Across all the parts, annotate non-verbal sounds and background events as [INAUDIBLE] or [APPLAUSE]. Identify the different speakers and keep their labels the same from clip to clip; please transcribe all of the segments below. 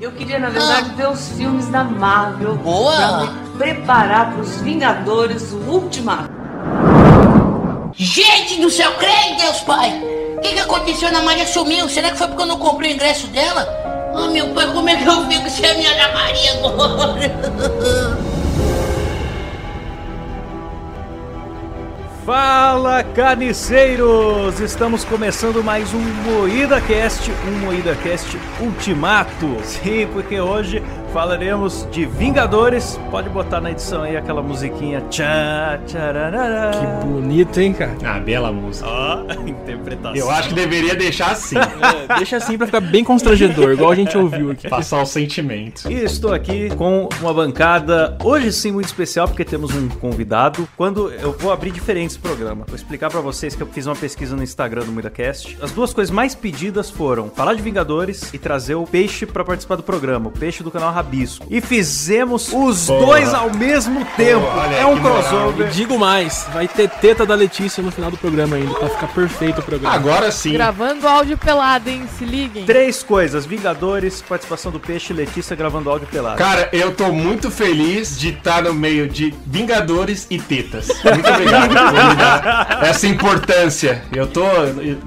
Speaker 1: Eu queria, na verdade, ver os filmes da Marvel.
Speaker 2: Boa!
Speaker 1: Pra me preparar para os Vingadores, o Ultimato.
Speaker 3: Gente do céu, creio em Deus, pai! O que, que aconteceu na Maria sumiu? Será que foi porque eu não comprei o ingresso dela? Ah, meu pai, como é que eu fico sem a minha Ana Maria agora?
Speaker 4: Fala carniceiros! Estamos começando mais um Moída Cast, um Moída Cast Ultimato. Sim, porque hoje falaremos de Vingadores. Pode botar na edição aí aquela musiquinha. Tchá, tchararará.
Speaker 5: Que bonito, hein, cara?
Speaker 6: Ah, bela música.
Speaker 4: Ó, interpretação.
Speaker 6: Eu acho que deveria deixar assim, [LAUGHS]
Speaker 5: Deixa assim pra ficar bem constrangedor, igual a gente ouviu aqui.
Speaker 6: passar o sentimento.
Speaker 4: E estou aqui com uma bancada, hoje sim muito especial, porque temos um convidado. Quando eu vou abrir diferentes programas, vou explicar pra vocês que eu fiz uma pesquisa no Instagram do MuidaCast. As duas coisas mais pedidas foram falar de Vingadores e trazer o peixe pra participar do programa, o peixe do canal Rabisco. E fizemos os
Speaker 6: Boa.
Speaker 4: dois ao mesmo tempo.
Speaker 6: olha
Speaker 4: é um
Speaker 6: que moral.
Speaker 4: crossover.
Speaker 5: Digo mais, vai ter teta da Letícia no final do programa ainda, pra ficar perfeito o programa.
Speaker 6: Agora sim.
Speaker 7: Gravando áudio pelado, hein? Se liguem.
Speaker 4: Três coisas: Vingadores, participação do peixe, Letícia gravando áudio pelado.
Speaker 6: Cara, eu tô muito feliz de estar no meio de Vingadores e Tetas. Muito obrigado por me dar essa importância. Eu tô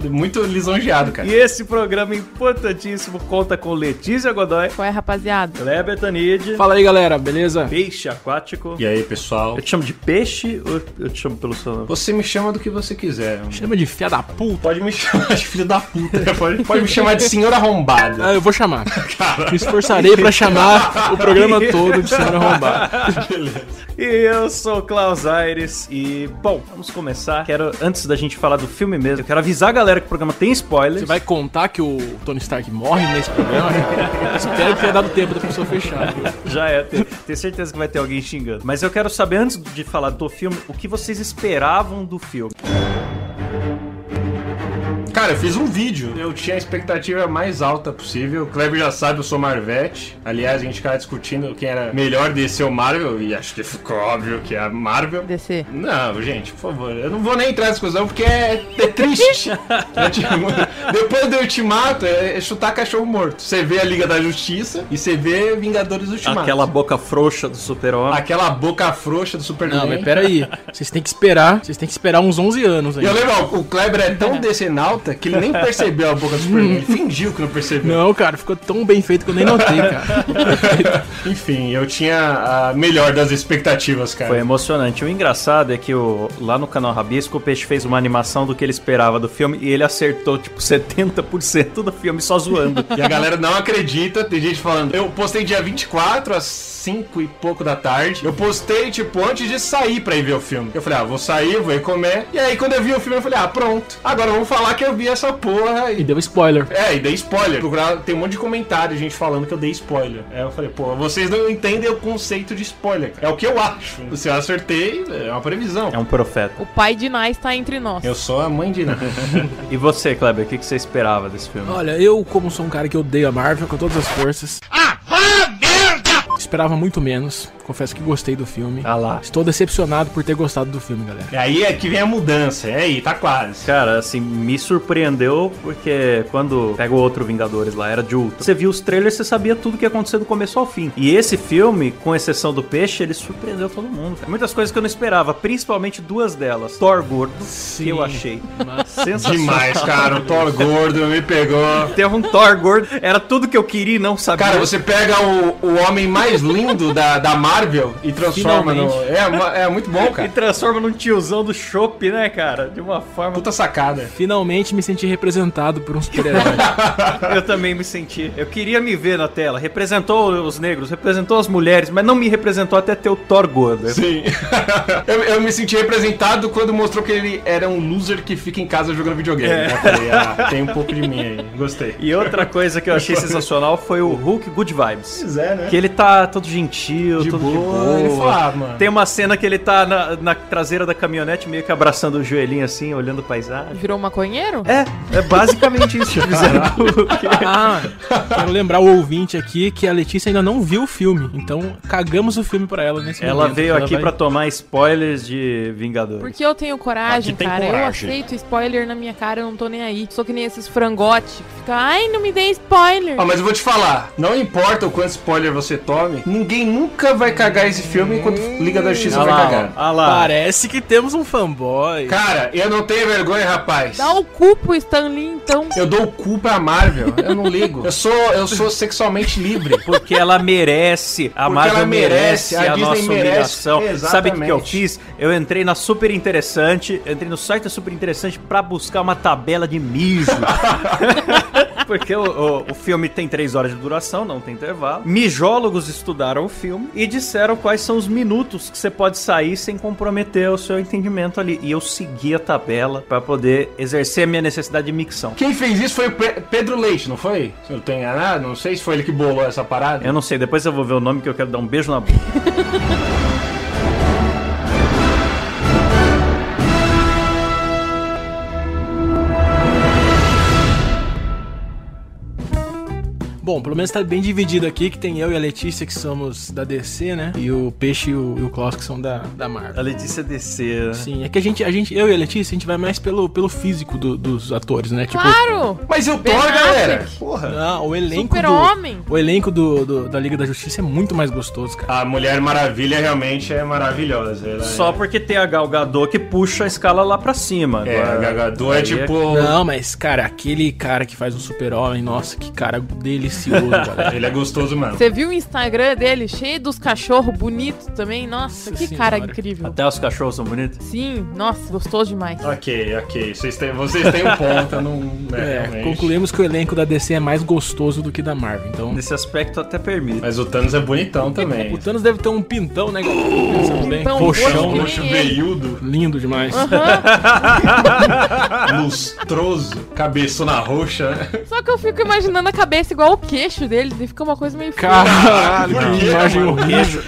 Speaker 6: muito lisonjeado, cara.
Speaker 4: E esse programa importantíssimo conta com Letícia Godoy,
Speaker 7: Qual é, rapaziada?
Speaker 4: Kleber Tanid.
Speaker 5: Fala aí, galera, beleza?
Speaker 4: Peixe aquático.
Speaker 6: E aí, pessoal?
Speaker 4: Eu te chamo de peixe ou eu te chamo pelo seu nome?
Speaker 6: Você me chama do que você quiser.
Speaker 5: Chama de fia da puta.
Speaker 6: Pode me [LAUGHS] chamar de filho da puta. Pode, pode me chamar de senhora
Speaker 5: Ah,
Speaker 6: arrombada.
Speaker 5: eu vou chamar. Me esforçarei pra chamar o programa todo de Senhora
Speaker 6: [LAUGHS]
Speaker 5: Arrombada.
Speaker 4: E eu sou o Klaus Aires e, bom, vamos começar. Quero, antes da gente falar do filme mesmo, eu quero avisar a galera que o programa tem spoilers.
Speaker 5: Você vai contar que o Tony Stark morre nesse programa? Espero que tenha dado tempo da pessoa fechar. viu?
Speaker 4: [LAUGHS] Já é, tenho, tenho certeza que vai ter alguém xingando. Mas eu quero saber, antes de falar do filme, o que vocês esperavam do filme.
Speaker 6: Cara, eu fiz um vídeo. Eu tinha a expectativa mais alta possível. O Kleber já sabe, eu sou Marvete. Aliás, a gente ficava discutindo quem era melhor DC ou Marvel. E acho que ficou óbvio que é a Marvel.
Speaker 7: DC.
Speaker 6: Não, gente, por favor. Eu não vou nem entrar nessa discussão porque é, é triste. Eu te- Depois do Ultimato, é, é chutar cachorro morto. Você vê a Liga da Justiça e você vê Vingadores Ultimato.
Speaker 4: Aquela boca frouxa do super-homem.
Speaker 6: Aquela boca frouxa do Superman.
Speaker 5: Não, mas peraí. Vocês têm que esperar. Vocês têm que esperar uns 11 anos
Speaker 6: E
Speaker 5: aí.
Speaker 6: eu lembro, ó, o Kleber é tão decenalta que ele nem percebeu a boca do Superman. Ele fingiu que não percebeu.
Speaker 5: Não, cara, ficou tão bem feito que eu nem notei, cara.
Speaker 6: [LAUGHS] Enfim, eu tinha a melhor das expectativas, cara.
Speaker 4: Foi emocionante. O engraçado é que o, lá no canal Rabisco, o Peixe fez uma animação do que ele esperava do filme e ele acertou, tipo, [LAUGHS] 70% do filme só [LAUGHS] zoando.
Speaker 6: E a galera não acredita, tem gente falando. Eu postei dia 24 às 5 e pouco da tarde. Eu postei, tipo, antes de sair pra ir ver o filme. Eu falei, ah, vou sair, vou ir comer. E aí, quando eu vi o filme, eu falei, ah, pronto. Agora vamos falar que eu vi essa porra.
Speaker 5: E
Speaker 6: E...
Speaker 5: deu spoiler.
Speaker 6: É, e dei spoiler. Procurar, tem um monte de comentário, gente falando que eu dei spoiler. Aí eu falei, pô, vocês não entendem o conceito de spoiler, cara. É o que eu acho. Se eu acertei, é uma previsão.
Speaker 4: É um profeta.
Speaker 7: O pai de Nai está entre nós.
Speaker 6: Eu sou a mãe
Speaker 4: [LAUGHS]
Speaker 6: de Ná.
Speaker 4: E você, Kleber, o que que você esperava desse filme?
Speaker 5: Olha, eu, como sou um cara que odeia a Marvel com todas as forças. Ah, merda! Esperava muito menos. Confesso que gostei do filme.
Speaker 4: Ah lá.
Speaker 5: Estou decepcionado por ter gostado do filme, galera.
Speaker 6: E aí é que vem a mudança. É aí, tá quase.
Speaker 4: Cara, assim, me surpreendeu porque quando pega o outro Vingadores lá, era de Ultra, você viu os trailers, você sabia tudo que ia acontecer do começo ao fim. E esse filme, com exceção do peixe, ele surpreendeu todo mundo. cara. Muitas coisas que eu não esperava, principalmente duas delas. Thor gordo, que eu achei sensacional.
Speaker 6: Demais, cara. O Thor gordo me pegou.
Speaker 4: Ter um Thor gordo era tudo que eu queria e não sabia.
Speaker 6: Cara, você pega o, o homem mais lindo da, da Marvel e transforma no. É, uma- é muito bom,
Speaker 4: E
Speaker 6: cara.
Speaker 4: transforma num tiozão do chopp, né, cara? De uma forma.
Speaker 6: Puta sacada.
Speaker 5: Finalmente me senti representado por
Speaker 4: [LAUGHS]
Speaker 5: um super-herói.
Speaker 4: Eu também me senti. Eu queria me ver na tela. Representou os negros, representou as mulheres, mas não me representou até ter o Thor gordo.
Speaker 6: Sim. [LAUGHS] eu, eu me senti representado quando mostrou que ele era um loser que fica em casa jogando videogame. né? Eu falei, ah, tem um pouco de mim aí. Gostei.
Speaker 4: E outra coisa que eu achei sensacional foi o Hulk Good Vibes.
Speaker 6: Pois é, né?
Speaker 4: Que ele tá todo gentil,
Speaker 6: De
Speaker 4: todo de
Speaker 6: boa,
Speaker 4: boa.
Speaker 6: ele falou, ah, mano.
Speaker 4: Tem uma cena que ele tá na, na traseira da caminhonete, meio que abraçando o joelhinho assim, olhando a paisagem.
Speaker 7: Virou maconheiro?
Speaker 4: É, é basicamente isso que fizeram com o Keanu.
Speaker 5: Ah, quero lembrar o ouvinte aqui que a Letícia ainda não viu o filme, então cagamos o filme pra ela
Speaker 4: [LAUGHS]
Speaker 5: nesse
Speaker 4: Ela
Speaker 5: momento.
Speaker 4: veio aqui
Speaker 5: vai-
Speaker 4: pra tomar spoilers de Vingadores.
Speaker 7: Porque eu tenho coragem,
Speaker 2: Aqui tem
Speaker 7: cara. Eu
Speaker 2: coragem.
Speaker 7: aceito spoiler na minha cara, eu não tô nem aí. Sou que nem esses frangote que fica, ai, não me dê spoiler.
Speaker 6: Ó, Ah, mas eu vou te falar, não importa o quanto spoiler você tome, ninguém nunca vai cagar esse filme enquanto Liga da Justiça
Speaker 4: Olha
Speaker 6: vai
Speaker 4: lá,
Speaker 6: cagar.
Speaker 4: ó, olha lá.
Speaker 5: Parece que temos um fanboy.
Speaker 6: Cara, eu não tenho vergonha, rapaz.
Speaker 7: Dá um o cu pro Stan Lee, então.
Speaker 6: Eu dou o cu pra Marvel, eu não ligo. Eu sou, eu sou sexualmente livre.
Speaker 4: Porque ela merece, a
Speaker 6: Porque
Speaker 4: Marvel
Speaker 6: ela
Speaker 4: merece,
Speaker 6: merece,
Speaker 4: a,
Speaker 6: a Disney
Speaker 4: nossa
Speaker 6: merece,
Speaker 4: humilhação. Sabe o que que eu
Speaker 6: exatamente.
Speaker 4: fiz? Eu entrei na Super Interessante, eu entrei no site da Super Interessante pra buscar uma tabela de mijo. [LAUGHS] Porque o, o- o filme tem três horas de duração, não tem intervalo. Mijólogos estudaram o filme e disseram quais são os minutos que você pode sair sem comprometer o seu entendimento ali. E eu segui a tabela pra poder exercer a minha necessidade de micção.
Speaker 6: Quem fez isso foi o Pe- Pedro Leite, não foi? Se eu não tô enganado, não sei se foi ele que bolou essa parada.
Speaker 4: Eu não sei, depois eu vou ver o nome que eu quero dar um beijo na boca.
Speaker 5: Bom, pelo menos tá bem dividido aqui, que tem eu e a Letícia que somos da DC, né? E o Peixe e o, e o Klaus que são da, da
Speaker 4: A
Speaker 5: Marvel.
Speaker 4: Letícia descer, né?
Speaker 5: Sim, é que a gente, a gente, eu e a Letícia, a gente vai mais pelo, pelo físico do- dos atores, né? Tipo,
Speaker 7: Claro!
Speaker 6: Mas eu
Speaker 7: Ben
Speaker 6: Thor,
Speaker 7: Affleck.
Speaker 6: galera. Porra.
Speaker 5: ah, o elenco
Speaker 7: Super-Homem.
Speaker 5: do o elenco do, do- da Liga da Justiça é muito mais gostoso, cara.
Speaker 6: A Mulher Maravilha realmente é maravilhosa. ela é-
Speaker 4: Só porque tem a Gal Gadot que puxa a escala lá pra cima.
Speaker 6: É, a
Speaker 4: Agora,
Speaker 6: Gagadu é
Speaker 4: aí
Speaker 6: tipo.
Speaker 5: Não, mas cara, aquele cara que faz um Super-Homem, nossa, que cara
Speaker 6: [LAUGHS]
Speaker 5: delicioso, galera.
Speaker 6: Ele é gostoso mesmo.
Speaker 7: Você viu o Instagram dele cheio dos cachorros bonitos também? Nossa,
Speaker 5: Nossa
Speaker 7: que cara
Speaker 5: senhora.
Speaker 7: incrível.
Speaker 4: Até os cachorros são bonitos.
Speaker 7: Sim, nossa, gostoso demais.
Speaker 6: Ok, ok. Vocês têm, vocês têm um ponto, eu não.
Speaker 4: [LAUGHS]
Speaker 6: Né,
Speaker 5: É,
Speaker 6: realmente.
Speaker 5: concluímos que o elenco da DC é mais gostoso do que da Marvel. Então,
Speaker 4: Nesse aspecto até permite.
Speaker 6: Mas o Thanos é bonitão também.
Speaker 5: o Thanos deve ter um pintão, né, galera? Pensando bem.
Speaker 7: pintão
Speaker 5: Colchão,
Speaker 7: roxo.
Speaker 6: roxo veiudo,
Speaker 5: lindo demais.
Speaker 4: [LAUGHS]
Speaker 6: lustroso, cabeçona roxa. né?
Speaker 7: Só que eu fico imaginando a cabeça igual o queixo dele, e fica uma coisa meio feia.
Speaker 5: Caralho,
Speaker 6: Por
Speaker 5: que
Speaker 6: quê,
Speaker 5: imagem
Speaker 6: mano?
Speaker 5: horrível.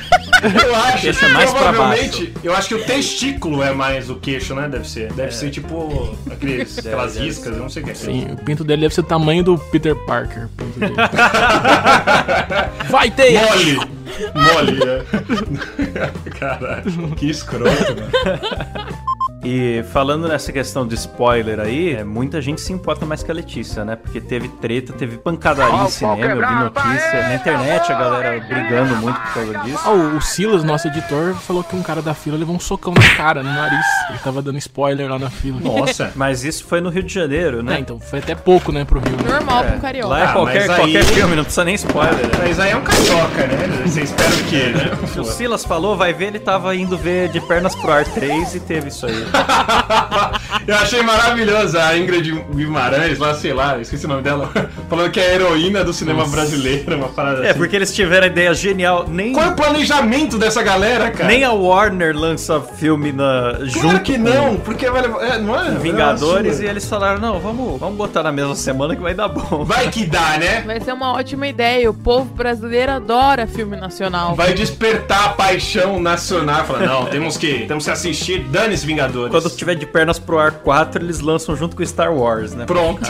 Speaker 6: Eu acho,
Speaker 4: Queixo é mais pra
Speaker 6: provavelmente, eu acho que o testículo é mais o queixo, né? Deve ser.
Speaker 4: É.
Speaker 6: Deve ser tipo aqueles, aquelas riscas, eu não sei o que é.
Speaker 5: Sim, o pinto dele deve ser o tamanho do Peter Parker. o pinto dele. Vai ter!
Speaker 6: Mole! Mole, [LAUGHS] é. Caralho, que escroto, mano.
Speaker 4: E falando nessa questão de spoiler aí, é, muita gente se importa mais que a Letícia, né? Porque teve treta, teve pancadaria em cinema, eu vi notícia. Na internet a galera brigando muito por causa disso.
Speaker 5: Ah, o- o Silas, nosso editor, falou que um cara da fila levou um socão na cara, no nariz. Ele tava dando spoiler lá na fila.
Speaker 6: Nossa.
Speaker 4: Mas isso foi no Rio de Janeiro,
Speaker 5: É,
Speaker 4: né?
Speaker 5: então foi até pouco, né, pro Rio. né?
Speaker 7: Normal pro carioca.
Speaker 4: Lá é
Speaker 6: Ah,
Speaker 4: qualquer,
Speaker 6: mas aí-
Speaker 4: qualquer filme, não precisa nem spoiler. né?
Speaker 6: Mas aí é um carioca, né? Você espera o quê, né?
Speaker 4: Se o Silas falou, vai ver, ele tava indo ver De Pernas pro Ar 3 e teve isso aí.
Speaker 6: [LAUGHS] Eu achei maravilhosa a Ingrid Guimarães, lá, sei lá, esqueci o nome dela, [LAUGHS] falando que é a heroína do cinema brasileiro, uma parada
Speaker 4: [LAUGHS] É,
Speaker 6: assim.
Speaker 4: porque eles tiveram a ideia genial. Nem
Speaker 6: Qual é o planejamento dessa galera, cara?
Speaker 4: Nem a Warner lança filme na,
Speaker 6: Claro
Speaker 4: junto
Speaker 6: que
Speaker 4: com
Speaker 6: não, porque vai levar. é, não é?
Speaker 4: Vingadores
Speaker 6: É
Speaker 4: e
Speaker 6: uma
Speaker 4: eles falaram, não, vamos, vamos botar na mesma semana que vai dar bom.
Speaker 6: surra. Vai que dá, né?
Speaker 7: Vai ser uma ótima ideia. O povo brasileiro adora filme nacional.
Speaker 6: Vai despertar a paixão nacional. Fala, não, temos que, temos que assistir Dane-se Vingadores.
Speaker 4: Quando tiver de pernas pro ar 4, eles lançam junto com Star Wars, né?
Speaker 6: Pronto.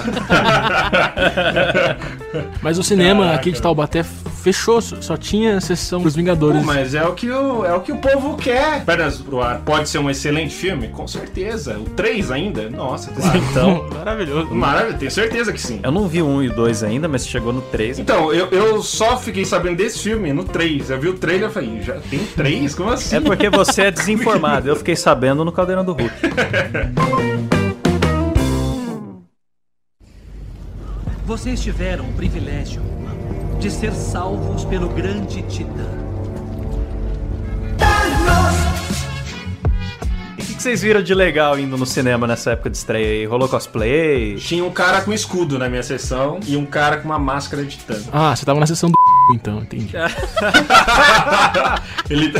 Speaker 5: Mas o cinema aqui de Taubaté fechou, só só tinha sessão dos Vingadores.
Speaker 6: Mas é o, que o, é o que o povo quer. Pernas pro ar pode ser um excelente filme? Com certeza. O 3 ainda? Nossa,
Speaker 5: [LAUGHS]
Speaker 6: claro. [LAUGHS]
Speaker 4: Então,
Speaker 5: Maravilhoso.
Speaker 6: Maravilha, tenho certeza que sim.
Speaker 4: eu não vi o 1 e o 2 ainda, mas chegou no 3.
Speaker 6: Então, eu, eu só fiquei sabendo desse filme no 3. Eu vi o trailer e falei, já tem 3? Como assim?
Speaker 4: É porque você é desinformado, eu fiquei sabendo no Caldeirão do Hulk.
Speaker 8: Vocês tiveram o privilégio de ser salvos pelo grande titã.
Speaker 4: E o que, que vocês viram de legal indo no cinema nessa época de estreia aí? Rolou cosplay?
Speaker 6: Tinha um cara com escudo na minha sessão e um cara com uma máscara de titã.
Speaker 5: Ah, você tava na sessão do [LAUGHS] então, entendi.
Speaker 6: Ele.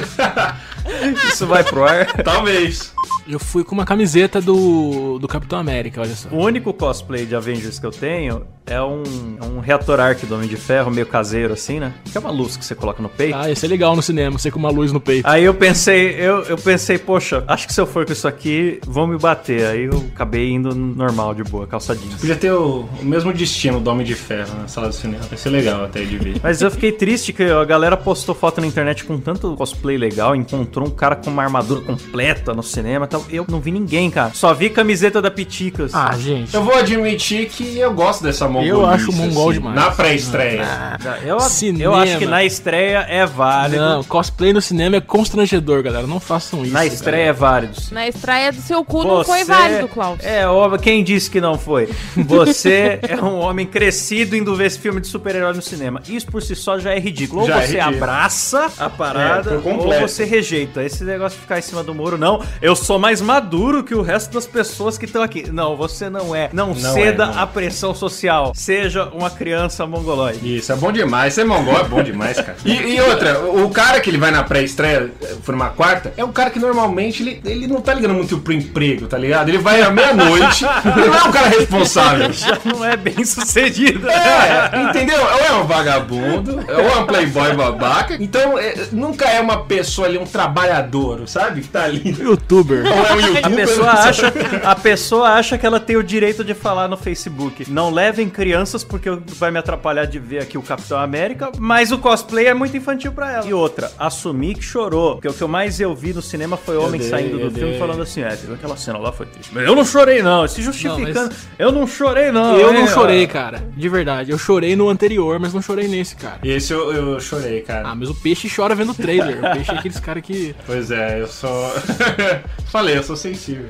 Speaker 4: Isso vai pro ar?
Speaker 6: [LAUGHS] Talvez.
Speaker 5: Eu fui com uma camiseta do, do Capitão América, olha só.
Speaker 4: O único cosplay de Avengers que eu tenho é um, é um reator arc do Homem de Ferro, meio caseiro assim, né? Que é uma luz que você coloca no peito.
Speaker 5: Ah, esse é legal no cinema, você com uma luz no peito.
Speaker 4: Aí eu pensei, eu, eu pensei, poxa, acho que se eu for com isso aqui, vão me bater. Aí eu acabei indo normal, de boa, calça jeans.
Speaker 6: Podia ter o, o mesmo destino do Homem de Ferro na sala do cinema. Vai ser legal até de ver.
Speaker 4: Mas eu fiquei triste que a galera postou foto na internet com tanto cosplay legal, encontrou um cara com uma armadura completa no cinema e tal. Eu não vi ninguém, cara. Só vi camiseta da Piticas.
Speaker 5: Ah, gente.
Speaker 6: Eu vou admitir que eu gosto dessa mongolice. assim,
Speaker 5: acho o mongol demais. Ah.
Speaker 6: Na pré-estreia.
Speaker 4: eu, eu
Speaker 5: cinema.
Speaker 4: acho que na estreia é válido.
Speaker 5: Ah, Não, cosplay no cinema é constrangedor, galera. Não façam isso.
Speaker 4: na estreia é válido.
Speaker 7: Na né? estreia do seu cu Tipo, não foi válido, Klaus.
Speaker 4: É, óbvio, quem disse que não foi?
Speaker 7: [LAUGHS]
Speaker 4: Você é um homem crescido indo ver esse filme de super-herói no cinema. Isso por si só já é ridículo. Ou
Speaker 6: Já é
Speaker 4: você
Speaker 6: ridículo.
Speaker 4: abraça a parada,
Speaker 6: É, por
Speaker 4: ou
Speaker 6: completo.
Speaker 4: você rejeita. Esse negócio de ficar em cima do muro, não. Eu sou mais maduro que o resto das pessoas que estão aqui. Não, você não é. Não,
Speaker 6: Não
Speaker 4: ceda
Speaker 6: é, não é.
Speaker 4: à pressão social. Seja uma criança mongoloide.
Speaker 6: Isso, é bom demais. Ser mongol é bom demais, cara. E, e outra, o cara que ele vai na pré-estreia, eh, por uma quarta, é um cara que normalmente ele, ele não tá ligando muito pro emprego, tá ligado? Ele vai à meia-noite, ele não é um cara [LAUGHS] responsável.
Speaker 4: Já não é bem [LAUGHS] sucedido.
Speaker 6: É, entendeu? Ou é um vagabundo, ou é um playboy babaca. Então, é, nunca é uma pessoa ali, um trabalhador, sabe? Que tá ali.
Speaker 5: Youtuber.
Speaker 6: Ou [LAUGHS] é um youtuber.
Speaker 4: A pessoa, [LAUGHS]
Speaker 6: não sei.
Speaker 4: acha, a pessoa acha que ela tem o direito de falar no Facebook. Não levem crianças porque vai me atrapalhar de ver aqui o Capitão América, mas o cosplay é muito infantil pra ela. E outra, assumir que chorou. Porque o que eu mais eu vi no cinema foi homem
Speaker 6: dei,
Speaker 4: saindo do
Speaker 6: eu
Speaker 4: filme
Speaker 6: dei.
Speaker 4: falando assim: é, teve aquela cena lá foi triste. Mas eu não chorei, não. Se justificando.
Speaker 5: Não,
Speaker 4: Eu não chorei, não.
Speaker 5: Eu
Speaker 4: hein,
Speaker 5: não
Speaker 4: ó."
Speaker 5: chorei, cara. De verdade. Eu chorei no anterior, mas não chorei nesse, cara.
Speaker 6: Esse eu, eu chorei, cara.
Speaker 5: Ah, mas o peixe chora vendo o trailer. O peixe é aqueles caras que.
Speaker 6: Pois é, eu sou. [LAUGHS] Falei, eu sou sensível.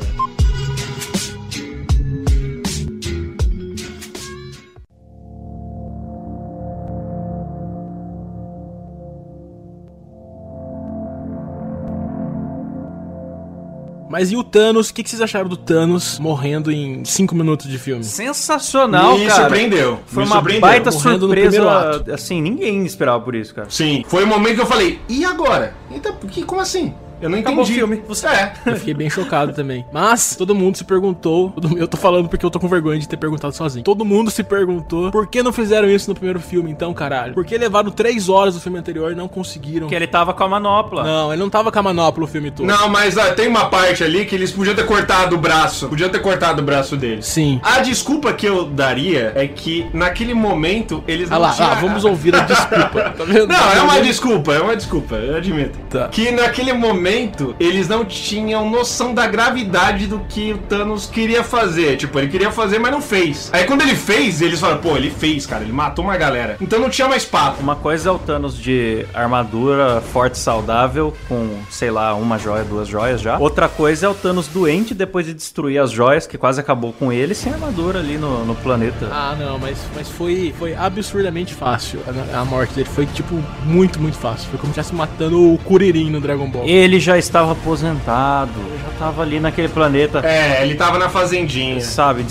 Speaker 5: Mas e o Thanos? O que, que vocês acharam do Thanos morrendo em 5 minutos de filme?
Speaker 4: Sensacional,
Speaker 6: me
Speaker 4: cara.
Speaker 6: surpreendeu.
Speaker 4: Foi
Speaker 6: me
Speaker 4: uma
Speaker 6: surpreendeu.
Speaker 4: baita
Speaker 5: Morrendo no primeiro
Speaker 4: surpresa. Assim, ninguém esperava por isso, cara.
Speaker 6: Sim, foi o momento que eu falei, e agora? Então, que, como assim? Eu não
Speaker 4: Acabou
Speaker 6: entendi.
Speaker 4: o filme. Você-
Speaker 6: É.
Speaker 5: Eu fiquei bem chocado também. Mas todo mundo se perguntou. todo- Eu tô falando porque eu tô com vergonha de ter perguntado sozinho. Todo mundo se perguntou por que não fizeram isso no primeiro filme, então, caralho? Por que levaram 3 horas do filme anterior e não conseguiram?
Speaker 4: Porque ele tava com a manopla.
Speaker 5: Não, ele não tava com a manopla o filme todo.
Speaker 6: Não, mas ó, tem uma parte ali que eles podiam ter cortado o braço. Podiam ter cortado o braço deles.
Speaker 5: Sim.
Speaker 6: A desculpa que eu daria é que naquele momento eles
Speaker 5: Ah lá,
Speaker 6: tinham-
Speaker 5: ah, vamos ouvir a desculpa. Tá vendo?
Speaker 6: Não,
Speaker 5: Tá
Speaker 6: é uma
Speaker 5: vendo?
Speaker 6: desculpa, é uma desculpa, eu admito.
Speaker 5: Tá.
Speaker 6: Que naquele momento eles não tinham noção da gravidade do que o Thanos queria fazer. Tipo, ele queria fazer, mas não fez. Aí quando ele fez, eles falaram, pô, ele fez, cara, ele matou uma galera. Então não tinha mais papo.
Speaker 4: Uma coisa é o Thanos de armadura forte e saudável, com, sei lá, uma joia, duas joias já. Outra coisa é o Thanos doente depois de destruir as joias, que quase acabou com ele, sem armadura ali no, no planeta.
Speaker 5: Ah, não, mas, mas foi, foi absurdamente fácil a, a morte dele. Foi, tipo, muito, muito fácil. Foi como se estivesse matando o Kuririn no Dragon Ball.
Speaker 4: Ele já estava aposentado, já estava ali naquele planeta,
Speaker 6: É, ele tava na fazendinha.
Speaker 4: sabe,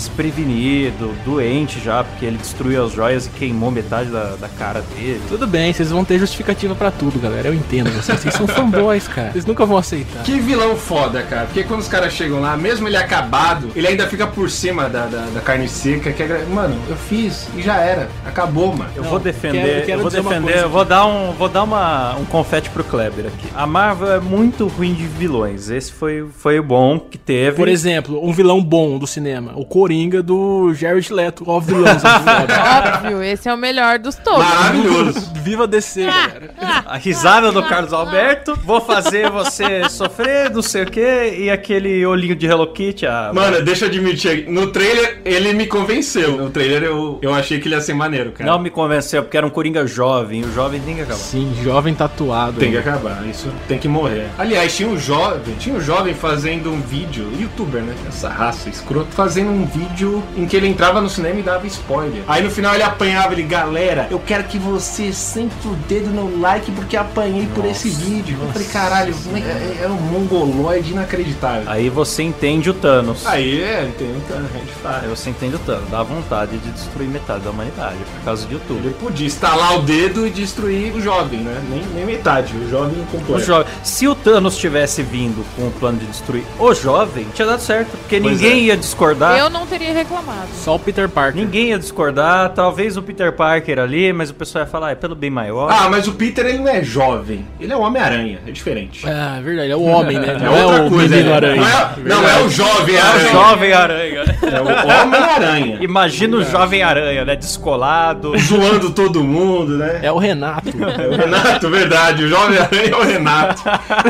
Speaker 4: desprevenido, doente já, porque ele destruiu as joias e queimou metade da, da cara dele.
Speaker 5: Tudo bem, vocês vão ter justificativa pra tudo, galera. Eu entendo vocês. Vocês são fanboys, cara. Vocês nunca vão aceitar.
Speaker 6: Que vilão foda, cara. Porque quando os caras chegam lá, mesmo ele acabado, ele ainda fica por cima da, da, da carne seca. Que é... gra- Mano, eu fiz e já era. Acabou, mano.
Speaker 4: Eu
Speaker 5: Não,
Speaker 4: vou
Speaker 5: quero-
Speaker 4: defender,
Speaker 5: quero
Speaker 4: eu vou
Speaker 5: dizer uma
Speaker 4: defender,
Speaker 5: coisa
Speaker 4: eu vou dar um, vou dar uma, um confete pro Kleber aqui. A Marvel é muito ruim de vilões. Esse foi, foi o bom que teve.
Speaker 5: Por exemplo, um vilão bom do cinema. O Coringa do Jared Leto. Ó, vilão. vocês foda.
Speaker 6: [LAUGHS]
Speaker 7: Óbvio, esse é o melhor dos todos.
Speaker 6: Maravilhoso.
Speaker 5: Viva DC,
Speaker 7: Ah.
Speaker 5: galera.
Speaker 4: A risada do Carlos Alberto, vou fazer você sofrer, não sei o quê, e aquele olhinho de Hello Kitty. Ah,
Speaker 6: Mano, deixa eu admitir, no trailer ele me convenceu. No trailer eu, eu achei que ele ia ser maneiro, cara.
Speaker 4: não me convenceu, porque era um Coringa jovem, o jovem tem que acabar.
Speaker 5: Sim, jovem tatuado.
Speaker 6: Tem que acabar, isso tem que morrer. Aliás, tinha um jovem, tinha um jovem fazendo um vídeo, youtuber, né? Essa raça escrota, fazendo um vídeo em que ele entrava no cinema e dava spoiler. Aí no final ele apanhava, ele, galera, eu quero que você sente o dedo no like porque apanhei por esse vídeo. Eu falei, caralho, é, é- era um mongoloide inacreditável.
Speaker 4: Aí você entende o Thanos.
Speaker 6: Aí é, tem a gente
Speaker 4: Aí
Speaker 6: fala.
Speaker 4: você entende o Thanos, dá vontade de destruir metade da humanidade, por causa de YouTube.
Speaker 6: Ele podia estalar o dedo e destruir o jovem, né? Nem, nem metade, o jovem
Speaker 4: O
Speaker 6: completo.
Speaker 4: jovem. Se o Thanos Thanos tivesse vindo com o plano de destruir o jovem, tinha dado certo. Porque
Speaker 6: Pois
Speaker 4: ninguém
Speaker 6: é.
Speaker 4: ia discordar.
Speaker 7: Eu não teria reclamado.
Speaker 5: Só o Peter Parker.
Speaker 4: Ninguém ia discordar, talvez o Peter Parker ali, mas o pessoal ia falar, "Ah, é pelo bem maior.
Speaker 6: Ah, mas o Peter ele não é jovem. Ele é um Homem-Aranha, é diferente.
Speaker 5: É, é verdade, é o homem, né?
Speaker 6: É
Speaker 5: Não é,
Speaker 6: outra
Speaker 5: o
Speaker 6: coisa.
Speaker 5: menino
Speaker 6: né?
Speaker 5: aranha.
Speaker 6: Não é- Não, é o jovem, é
Speaker 4: É
Speaker 6: o
Speaker 4: o
Speaker 6: jovem.
Speaker 4: Jovem
Speaker 6: [LAUGHS]
Speaker 4: Aranha.
Speaker 6: É o Homem-Aranha.
Speaker 5: [LAUGHS]
Speaker 4: Imagina o Jovem Aranha, né? Descolado.
Speaker 6: Zoando todo mundo, né?
Speaker 5: É o Renato.
Speaker 6: É o Renato, verdade. O Jovem Aranha é o Renato.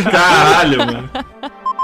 Speaker 6: Caralho, mano.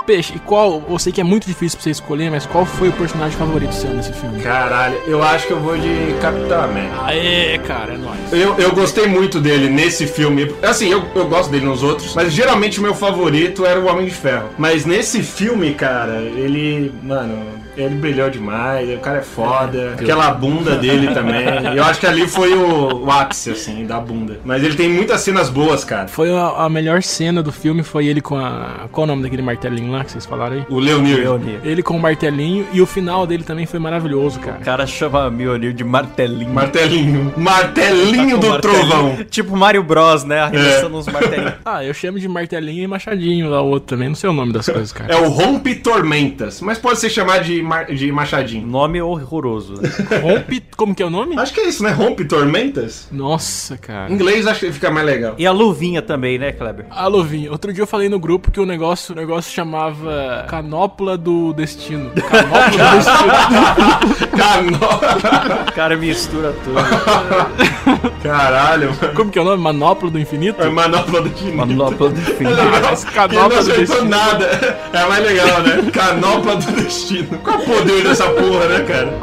Speaker 5: Peixe, e qual? Eu sei que é muito difícil pra você escolher, mas qual foi o personagem favorito seu nesse filme?
Speaker 6: Caralho, eu acho que eu vou de Capitão América.
Speaker 5: Aê, cara, é nóis.
Speaker 6: Eu, eu gostei muito dele nesse filme. Assim, eu, eu gosto dele nos outros, mas geralmente o meu favorito era o Homem de Ferro. Mas nesse filme, cara, ele. Mano. Ele brilhou demais, o cara é foda. Aquela bunda [LAUGHS] dele também. Eu acho que ali foi o, o ápice, assim, da bunda. Mas ele tem muitas cenas boas, cara.
Speaker 5: Foi a, a melhor cena do filme, foi ele com a. Qual o nome daquele martelinho lá que vocês falaram aí?
Speaker 6: O Leonir.
Speaker 4: Mjolnir.
Speaker 5: Ele com o martelinho e o final dele também foi maravilhoso,
Speaker 4: O
Speaker 5: cara.
Speaker 4: cara chama Mjolnir de martelinho.
Speaker 6: Martelinho.
Speaker 4: Tá com
Speaker 6: Martelinho do
Speaker 4: martelinho.
Speaker 6: trovão. É.
Speaker 4: Tipo Mario Bros, né? Arremessando uns martelinhos.
Speaker 5: Ah, eu chamo de martelinho e machadinho lá o outro também, não sei o nome das coisas, cara.
Speaker 6: É o Rompe Tormentas. Mas pode ser chamado de, mar- de Machadinho.
Speaker 4: Nome horroroso. né?
Speaker 5: Rompe. Como que é o nome?
Speaker 6: Acho que é isso, né? Rompe Tormentas?
Speaker 5: Nossa,
Speaker 6: Em
Speaker 5: cara.
Speaker 6: inglês acho que fica mais legal.
Speaker 4: E a luvinha também, né, Kleber?
Speaker 5: Alô, Vinho, Ah, outro dia eu falei no grupo que o negócio, o negócio chamava Canópula do Destino. Canópula do Destino.
Speaker 6: Cano-
Speaker 4: O cara mistura tudo.
Speaker 6: Caralho, mano.
Speaker 5: Como que é o nome? Manópula do Infinito?
Speaker 6: É manopla do chinês.
Speaker 4: Manopla do fim.
Speaker 5: Mas
Speaker 6: Ele não
Speaker 5: canópula do
Speaker 6: acertou
Speaker 5: Destino.
Speaker 6: nada. É mais legal, né? Canopla do destino. Qual é o poder dessa porra, né, cara?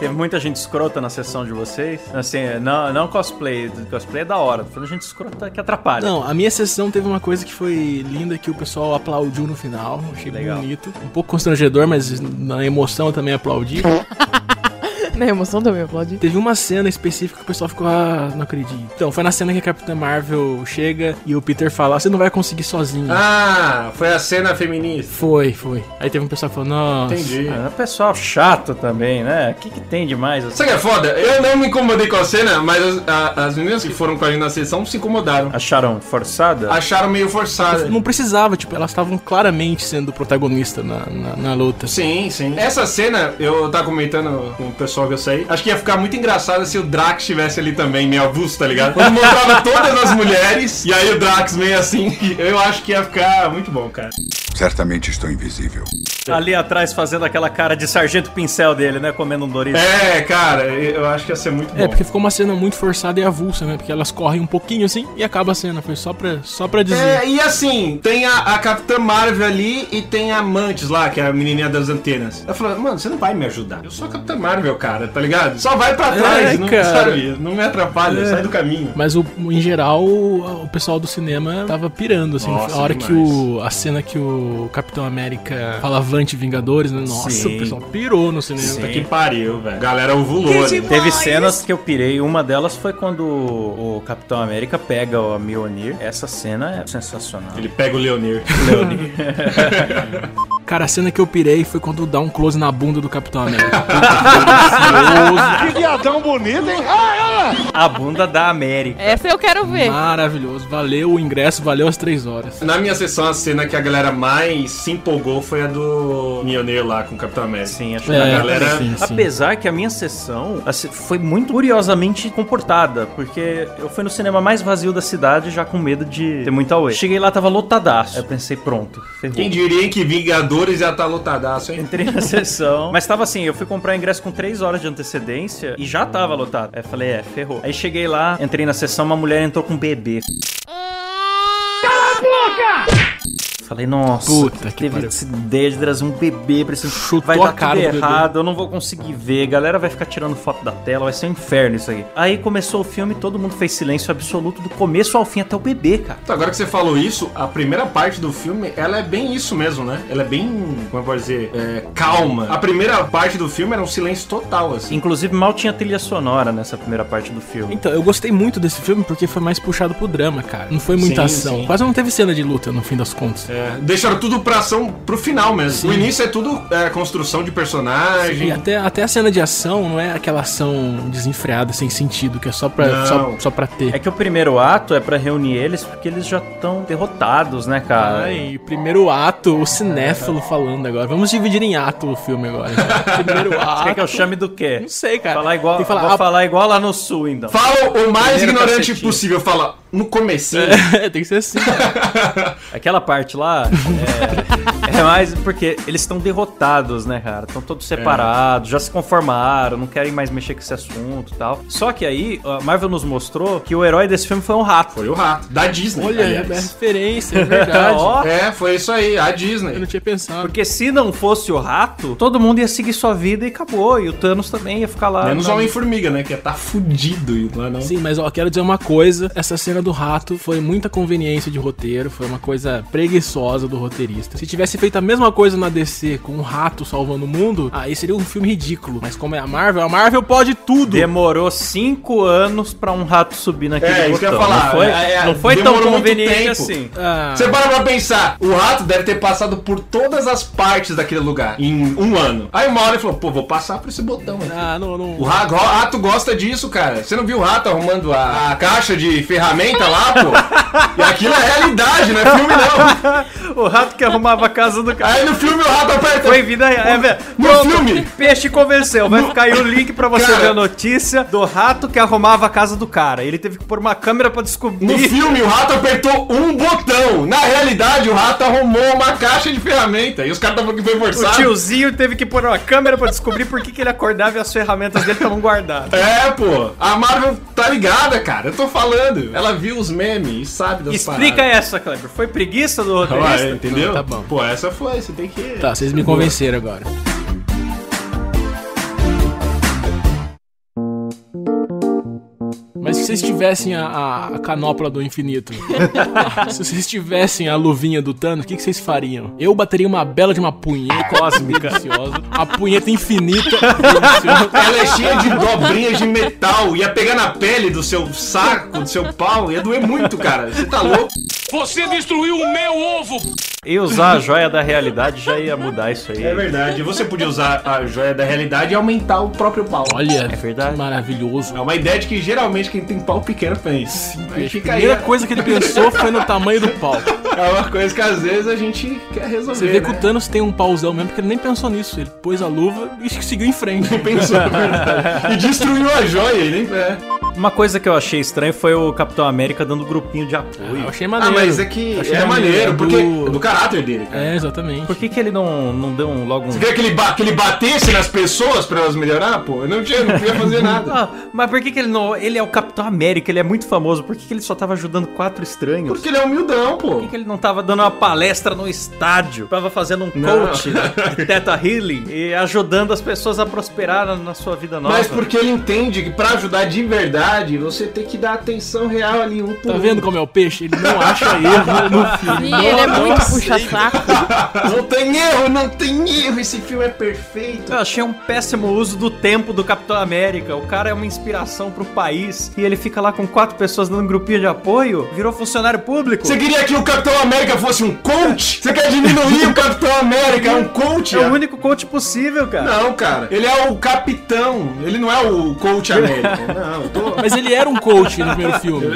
Speaker 4: Teve muita gente escrota na sessão de vocês. Assim, não, não cosplay. Cosplay é da hora. Tô falando gente escrota que atrapalha.
Speaker 5: Não, a minha sessão teve uma coisa que foi linda que o pessoal aplaudiu no final. Achei
Speaker 4: Legal.
Speaker 5: bonito. Um pouco constrangedor, mas na emoção eu também aplaudi.
Speaker 7: Na emoção também, aplaudi.
Speaker 5: Teve uma cena específica que o pessoal ficou, ah, não acredito. Então, foi na cena que a Capitã Marvel chega e o Peter fala, você não vai conseguir sozinho.
Speaker 6: Ah, foi a cena feminista.
Speaker 5: Foi, foi. Aí teve um pessoal que falou, nossa.
Speaker 6: Entendi.
Speaker 4: Ah, pessoal chato também, né? O que, que tem assim? demais?
Speaker 6: Sabe o que é foda? Eu não me incomodei com a cena, mas as, a- as meninas que foram com a gente na sessão se incomodaram.
Speaker 4: Acharam forçada?
Speaker 6: Acharam meio forçada.
Speaker 5: Não precisava, tipo, elas estavam claramente sendo protagonista na, na, na luta.
Speaker 6: Sim, sim. Essa cena, eu tava comentando com o pessoal que eu saí, acho que ia ficar muito engraçado se o Drax estivesse ali também, meio avulso, tá ligado? Quando mostrava todas as mulheres, e aí o Drax meio assim, [LAUGHS] eu acho que ia ficar muito bom, cara.
Speaker 2: Certamente estou invisível.
Speaker 4: Ali atrás fazendo aquela cara de sargento pincel dele, né? Comendo um Dorito.
Speaker 6: É, cara, eu acho que ia ser muito bom.
Speaker 5: É, porque ficou uma cena muito forçada e avulsa, né? Porque elas correm um pouquinho assim e acaba a cena. Foi só pra, só pra dizer.
Speaker 6: É, e assim, tem a, a Capitã Marvel ali e tem a Mantis lá, que é a menininha das antenas. Ela falou, mano, você não vai me ajudar. Eu sou a Capitã Marvel, cara, tá ligado? Só vai pra trás, não,
Speaker 5: É, cara. É.
Speaker 6: sabe? Não me atrapalha, sai do caminho.
Speaker 5: Mas o, em geral, o, o pessoal do cinema tava pirando, assim.
Speaker 6: Nossa,
Speaker 5: a hora
Speaker 6: demais.
Speaker 5: que o. A cena que o Capitão América fala Avante Vingadores, né? Nossa,
Speaker 4: Sim.
Speaker 5: o pessoal pirou no cinema.
Speaker 6: Puta que pariu, velho. Galera ovulou, né?
Speaker 4: Teve cenas que eu pirei. Uma delas foi quando o o Capitão América pega o Mjolnir. Essa cena é sensacional.
Speaker 6: Ele pega o Leonir.
Speaker 5: Cara, a cena que eu pirei foi quando dá um close na bunda do Capitão
Speaker 6: [LAUGHS]
Speaker 5: América.
Speaker 4: A bunda da América.
Speaker 7: Essa eu quero ver.
Speaker 5: Maravilhoso. Valeu o ingresso, valeu as três horas.
Speaker 6: [LAUGHS] Na minha sessão, a cena que a galera mais se empolgou foi a do Mionir lá com o Capitão América.
Speaker 4: Sim, acho
Speaker 5: É,
Speaker 4: legal.
Speaker 6: galera-
Speaker 5: sim, sim.
Speaker 4: né? Apesar que a minha sessão assim, foi muito curiosamente comportada, porque eu fui no cinema mais vazio da cidade, já com medo de ter muita away. Cheguei lá, tava lotadaço. Aí eu pensei, pronto, ferrou.
Speaker 6: Quem diria que Vingadores ia estar lotadaço,
Speaker 5: [LAUGHS]
Speaker 6: hein?
Speaker 4: Entrei na sessão. Mas tava assim, eu fui comprar ingresso com 3 horas de antecedência e já tava lotado. Aí eu falei, é, ferrou. Aí cheguei lá, entrei na sessão, uma mulher entrou com um bebê. Cala a boca! Falei, nossa,
Speaker 5: Puta que
Speaker 4: teve
Speaker 5: pariu.
Speaker 4: essa ideia de trazer um bebê pra esse
Speaker 5: Chutou
Speaker 4: Vai
Speaker 5: a
Speaker 4: dar
Speaker 5: cara do
Speaker 4: tudo
Speaker 5: bebê.
Speaker 4: errado, eu não vou conseguir ver. A galera vai ficar tirando foto da tela, vai ser um inferno isso aqui. Aí começou o filme, todo mundo fez silêncio absoluto do começo ao fim até o bebê, cara.
Speaker 6: Então, agora que você falou isso, a primeira parte do filme, ela é bem isso mesmo, né? Ela é bem, como eu posso dizer, é, calma. A primeira parte do filme era um silêncio total, assim.
Speaker 4: Inclusive, mal tinha trilha sonora nessa primeira parte do filme.
Speaker 5: Então, eu gostei muito desse filme porque foi mais puxado pro drama, cara. Não foi muita
Speaker 6: Sim,
Speaker 5: ação.
Speaker 6: sim.
Speaker 5: Quase não teve cena de luta no fim das contas.
Speaker 6: É, deixaram tudo pra ação pro final mesmo. O início é tudo é, construção de personagem.
Speaker 5: E até, até a cena de ação não é aquela ação desenfreada, sem sentido, que é só pra,
Speaker 6: Não.
Speaker 5: só, só pra ter.
Speaker 4: É que o primeiro ato é pra reunir eles porque eles já estão derrotados, né, cara?
Speaker 5: Ai, primeiro ato, o cinéfilo falando agora. Vamos dividir em ato o filme agora.
Speaker 6: [LAUGHS]
Speaker 5: Primeiro
Speaker 4: Você quer que eu
Speaker 5: ato.
Speaker 4: chame do quê?
Speaker 5: Não sei, cara.
Speaker 4: Falar igual,
Speaker 5: Tem que falar,
Speaker 4: vou
Speaker 5: ah,
Speaker 4: falar igual lá no sul, então.
Speaker 6: Fala o mais
Speaker 4: Primeiro
Speaker 6: ignorante
Speaker 4: cacetinho.
Speaker 6: possível, fala no comecinho.
Speaker 5: [LAUGHS] Tem que
Speaker 4: [LAUGHS]
Speaker 5: ser assim. cara.
Speaker 4: Aquela parte lá é, é mais porque eles estão derrotados, né, cara? Estão todos
Speaker 5: É.
Speaker 4: separados, já se conformaram, não querem mais mexer com esse assunto e tal. Só que aí, a Marvel nos mostrou que o herói desse filme foi um rato.
Speaker 6: Foi o rato, da Disney.
Speaker 5: Olha, é
Speaker 6: aliás.
Speaker 5: referência, é verdade.
Speaker 4: [LAUGHS] Ó,
Speaker 6: É, foi isso aí, a Disney.
Speaker 5: Eu não tinha pensado.
Speaker 4: Porque se não fosse o rato, todo mundo ia seguir sua vida e acabou. E o Thanos também ia ficar lá.
Speaker 6: Menos
Speaker 4: na-
Speaker 6: Homem-Formiga, né? Que tá fudido e lá não.
Speaker 5: Sim, mas ó, quero dizer uma coisa: essa cena do rato foi muita conveniência de roteiro, foi uma coisa preguiçosa do roteirista. Se tivesse feito a mesma coisa na DC com um rato salvando o mundo, aí seria um filme ridículo. Mas como é a Marvel, a Marvel pode tudo.
Speaker 4: Demorou cinco anos pra um rato subir naquele
Speaker 6: É, isso que eu ia
Speaker 4: botão.
Speaker 6: falar.
Speaker 4: Não foi,
Speaker 6: É, é,
Speaker 4: não foi tão
Speaker 6: demorou muito
Speaker 4: conveniente
Speaker 6: tempo.
Speaker 4: assim.
Speaker 5: Ah,
Speaker 6: Você para pra pensar, o rato deve ter passado por todas as partes daquele lugar em um ano. Aí uma hora ele falou, pô, vou passar por esse botão aqui.
Speaker 5: ah, não, não.
Speaker 6: O ra- o rato gosta disso, cara. Você não viu o rato arrumando a, a caixa de ferramenta lá, pô? E aquilo é realidade, não é filme não.
Speaker 4: o rato que arrumava a casa do cara.
Speaker 6: Aí no filme o rato aperta.
Speaker 4: Foi vida real. É, velho.
Speaker 6: No filme.
Speaker 4: Peixe convenceu. Vai ficar aí o link pra você
Speaker 6: Cara.
Speaker 4: ver a notícia do rato que arrumava a casa do cara. Ele teve que pôr uma câmera pra descobrir.
Speaker 6: No filme o rato apertou um botão. Na realidade o rato arrumou uma caixa de ferramenta. E os caras estavam que foi
Speaker 4: O
Speaker 6: forçado.
Speaker 4: tiozinho teve que pôr uma câmera pra descobrir por que, que ele acordava e as ferramentas dele estavam guardadas.
Speaker 6: É, pô. A Marvel tá ligada, cara. Eu tô falando. Ela viu os memes e sabe
Speaker 5: Tá
Speaker 6: das
Speaker 4: Explica essa, Kleber. Foi preguiça do
Speaker 6: paradas.
Speaker 4: roteirista?
Speaker 6: Ah, é, entendeu?
Speaker 5: Não, tá bom.
Speaker 6: Pô, essa foi. Você tem que...
Speaker 5: Tá, vocês me convenceram agora. Mas se vocês tivessem a, a- a canopla do infinito, se vocês tivessem a luvinha do Thanos, o que, que vocês fariam? Eu bateria uma bela de uma punheta cósmica, deliciosa, uma punheta infinita, deliciosa.
Speaker 6: Ela é cheia de dobrinhas de metal. Ia pegar na pele do seu saco, do seu pau. Ia doer muito, cara. Você tá louco?
Speaker 4: E usar a joia da realidade já ia mudar isso aí.
Speaker 6: É verdade. Você podia usar a joia da realidade e aumentar o próprio pau.
Speaker 5: Olha,
Speaker 4: verdade.
Speaker 5: que maravilhoso.
Speaker 6: É uma ideia de que geralmente quem tem pau pequeno fez. Sim,
Speaker 5: A primeira coisa que ele pensou foi no tamanho do pau.
Speaker 6: É uma coisa que às vezes a gente quer resolver.
Speaker 5: Você vê que
Speaker 6: né?
Speaker 5: o Thanos tem um pauzão mesmo, porque ele nem pensou nisso. Ele pôs a luva e seguiu em frente.
Speaker 6: [LAUGHS] Pensou, na verdade. E destruiu a joia, hein? É.
Speaker 4: Uma coisa que eu achei estranho foi o Capitão América dando grupinho de apoio.
Speaker 5: [LAUGHS] Eu achei
Speaker 6: Ah,
Speaker 5: maneiro.
Speaker 6: mas é que
Speaker 5: Achei
Speaker 6: é maneiro, porque
Speaker 5: do-
Speaker 6: é do caráter dele, cara.
Speaker 5: É, exatamente.
Speaker 4: Por que, que ele não, não deu um, logo um.
Speaker 6: Queria que ele, ba- que ele batesse nas pessoas pra elas melhorar, pô? Eu não tinha, não podia fazer [LAUGHS] nada.
Speaker 4: Ah, mas por que, que ele não. Ele é o Capitão América, ele é muito famoso. Por que, que ele só tava ajudando quatro estranhos?
Speaker 6: Porque ele é humildão,
Speaker 4: Por
Speaker 6: pô.
Speaker 4: que, que ele não tava dando uma palestra no estádio? Tava fazendo um
Speaker 6: Não.
Speaker 4: coach de Teta Healing e ajudando as pessoas a prosperar na, na sua vida nova.
Speaker 6: Mas porque ele entende que pra ajudar de verdade, você tem que dar atenção real ali um por
Speaker 5: Tá
Speaker 6: um.
Speaker 5: vendo como é o peixe? Ele não acha erro no filme.
Speaker 7: Sim, ele é muito
Speaker 5: Nossa,
Speaker 7: puxa-saco.
Speaker 6: [LAUGHS] Não tem erro, não tem erro, esse filme é perfeito.
Speaker 4: Eu achei um péssimo uso do tempo do Capitão América. O cara é uma inspiração pro país e ele fica lá com quatro pessoas dando um grupinho de apoio, virou funcionário público.
Speaker 6: Você queria que o Capitão América fosse um coach? Você quer diminuir o Capitão América? É um coach?
Speaker 4: É o único coach possível, cara.
Speaker 6: Não, cara. Ele é o capitão. Ele não é o coach [LAUGHS] América. Não, eu tô...
Speaker 5: Mas ele era um coach no primeiro filme.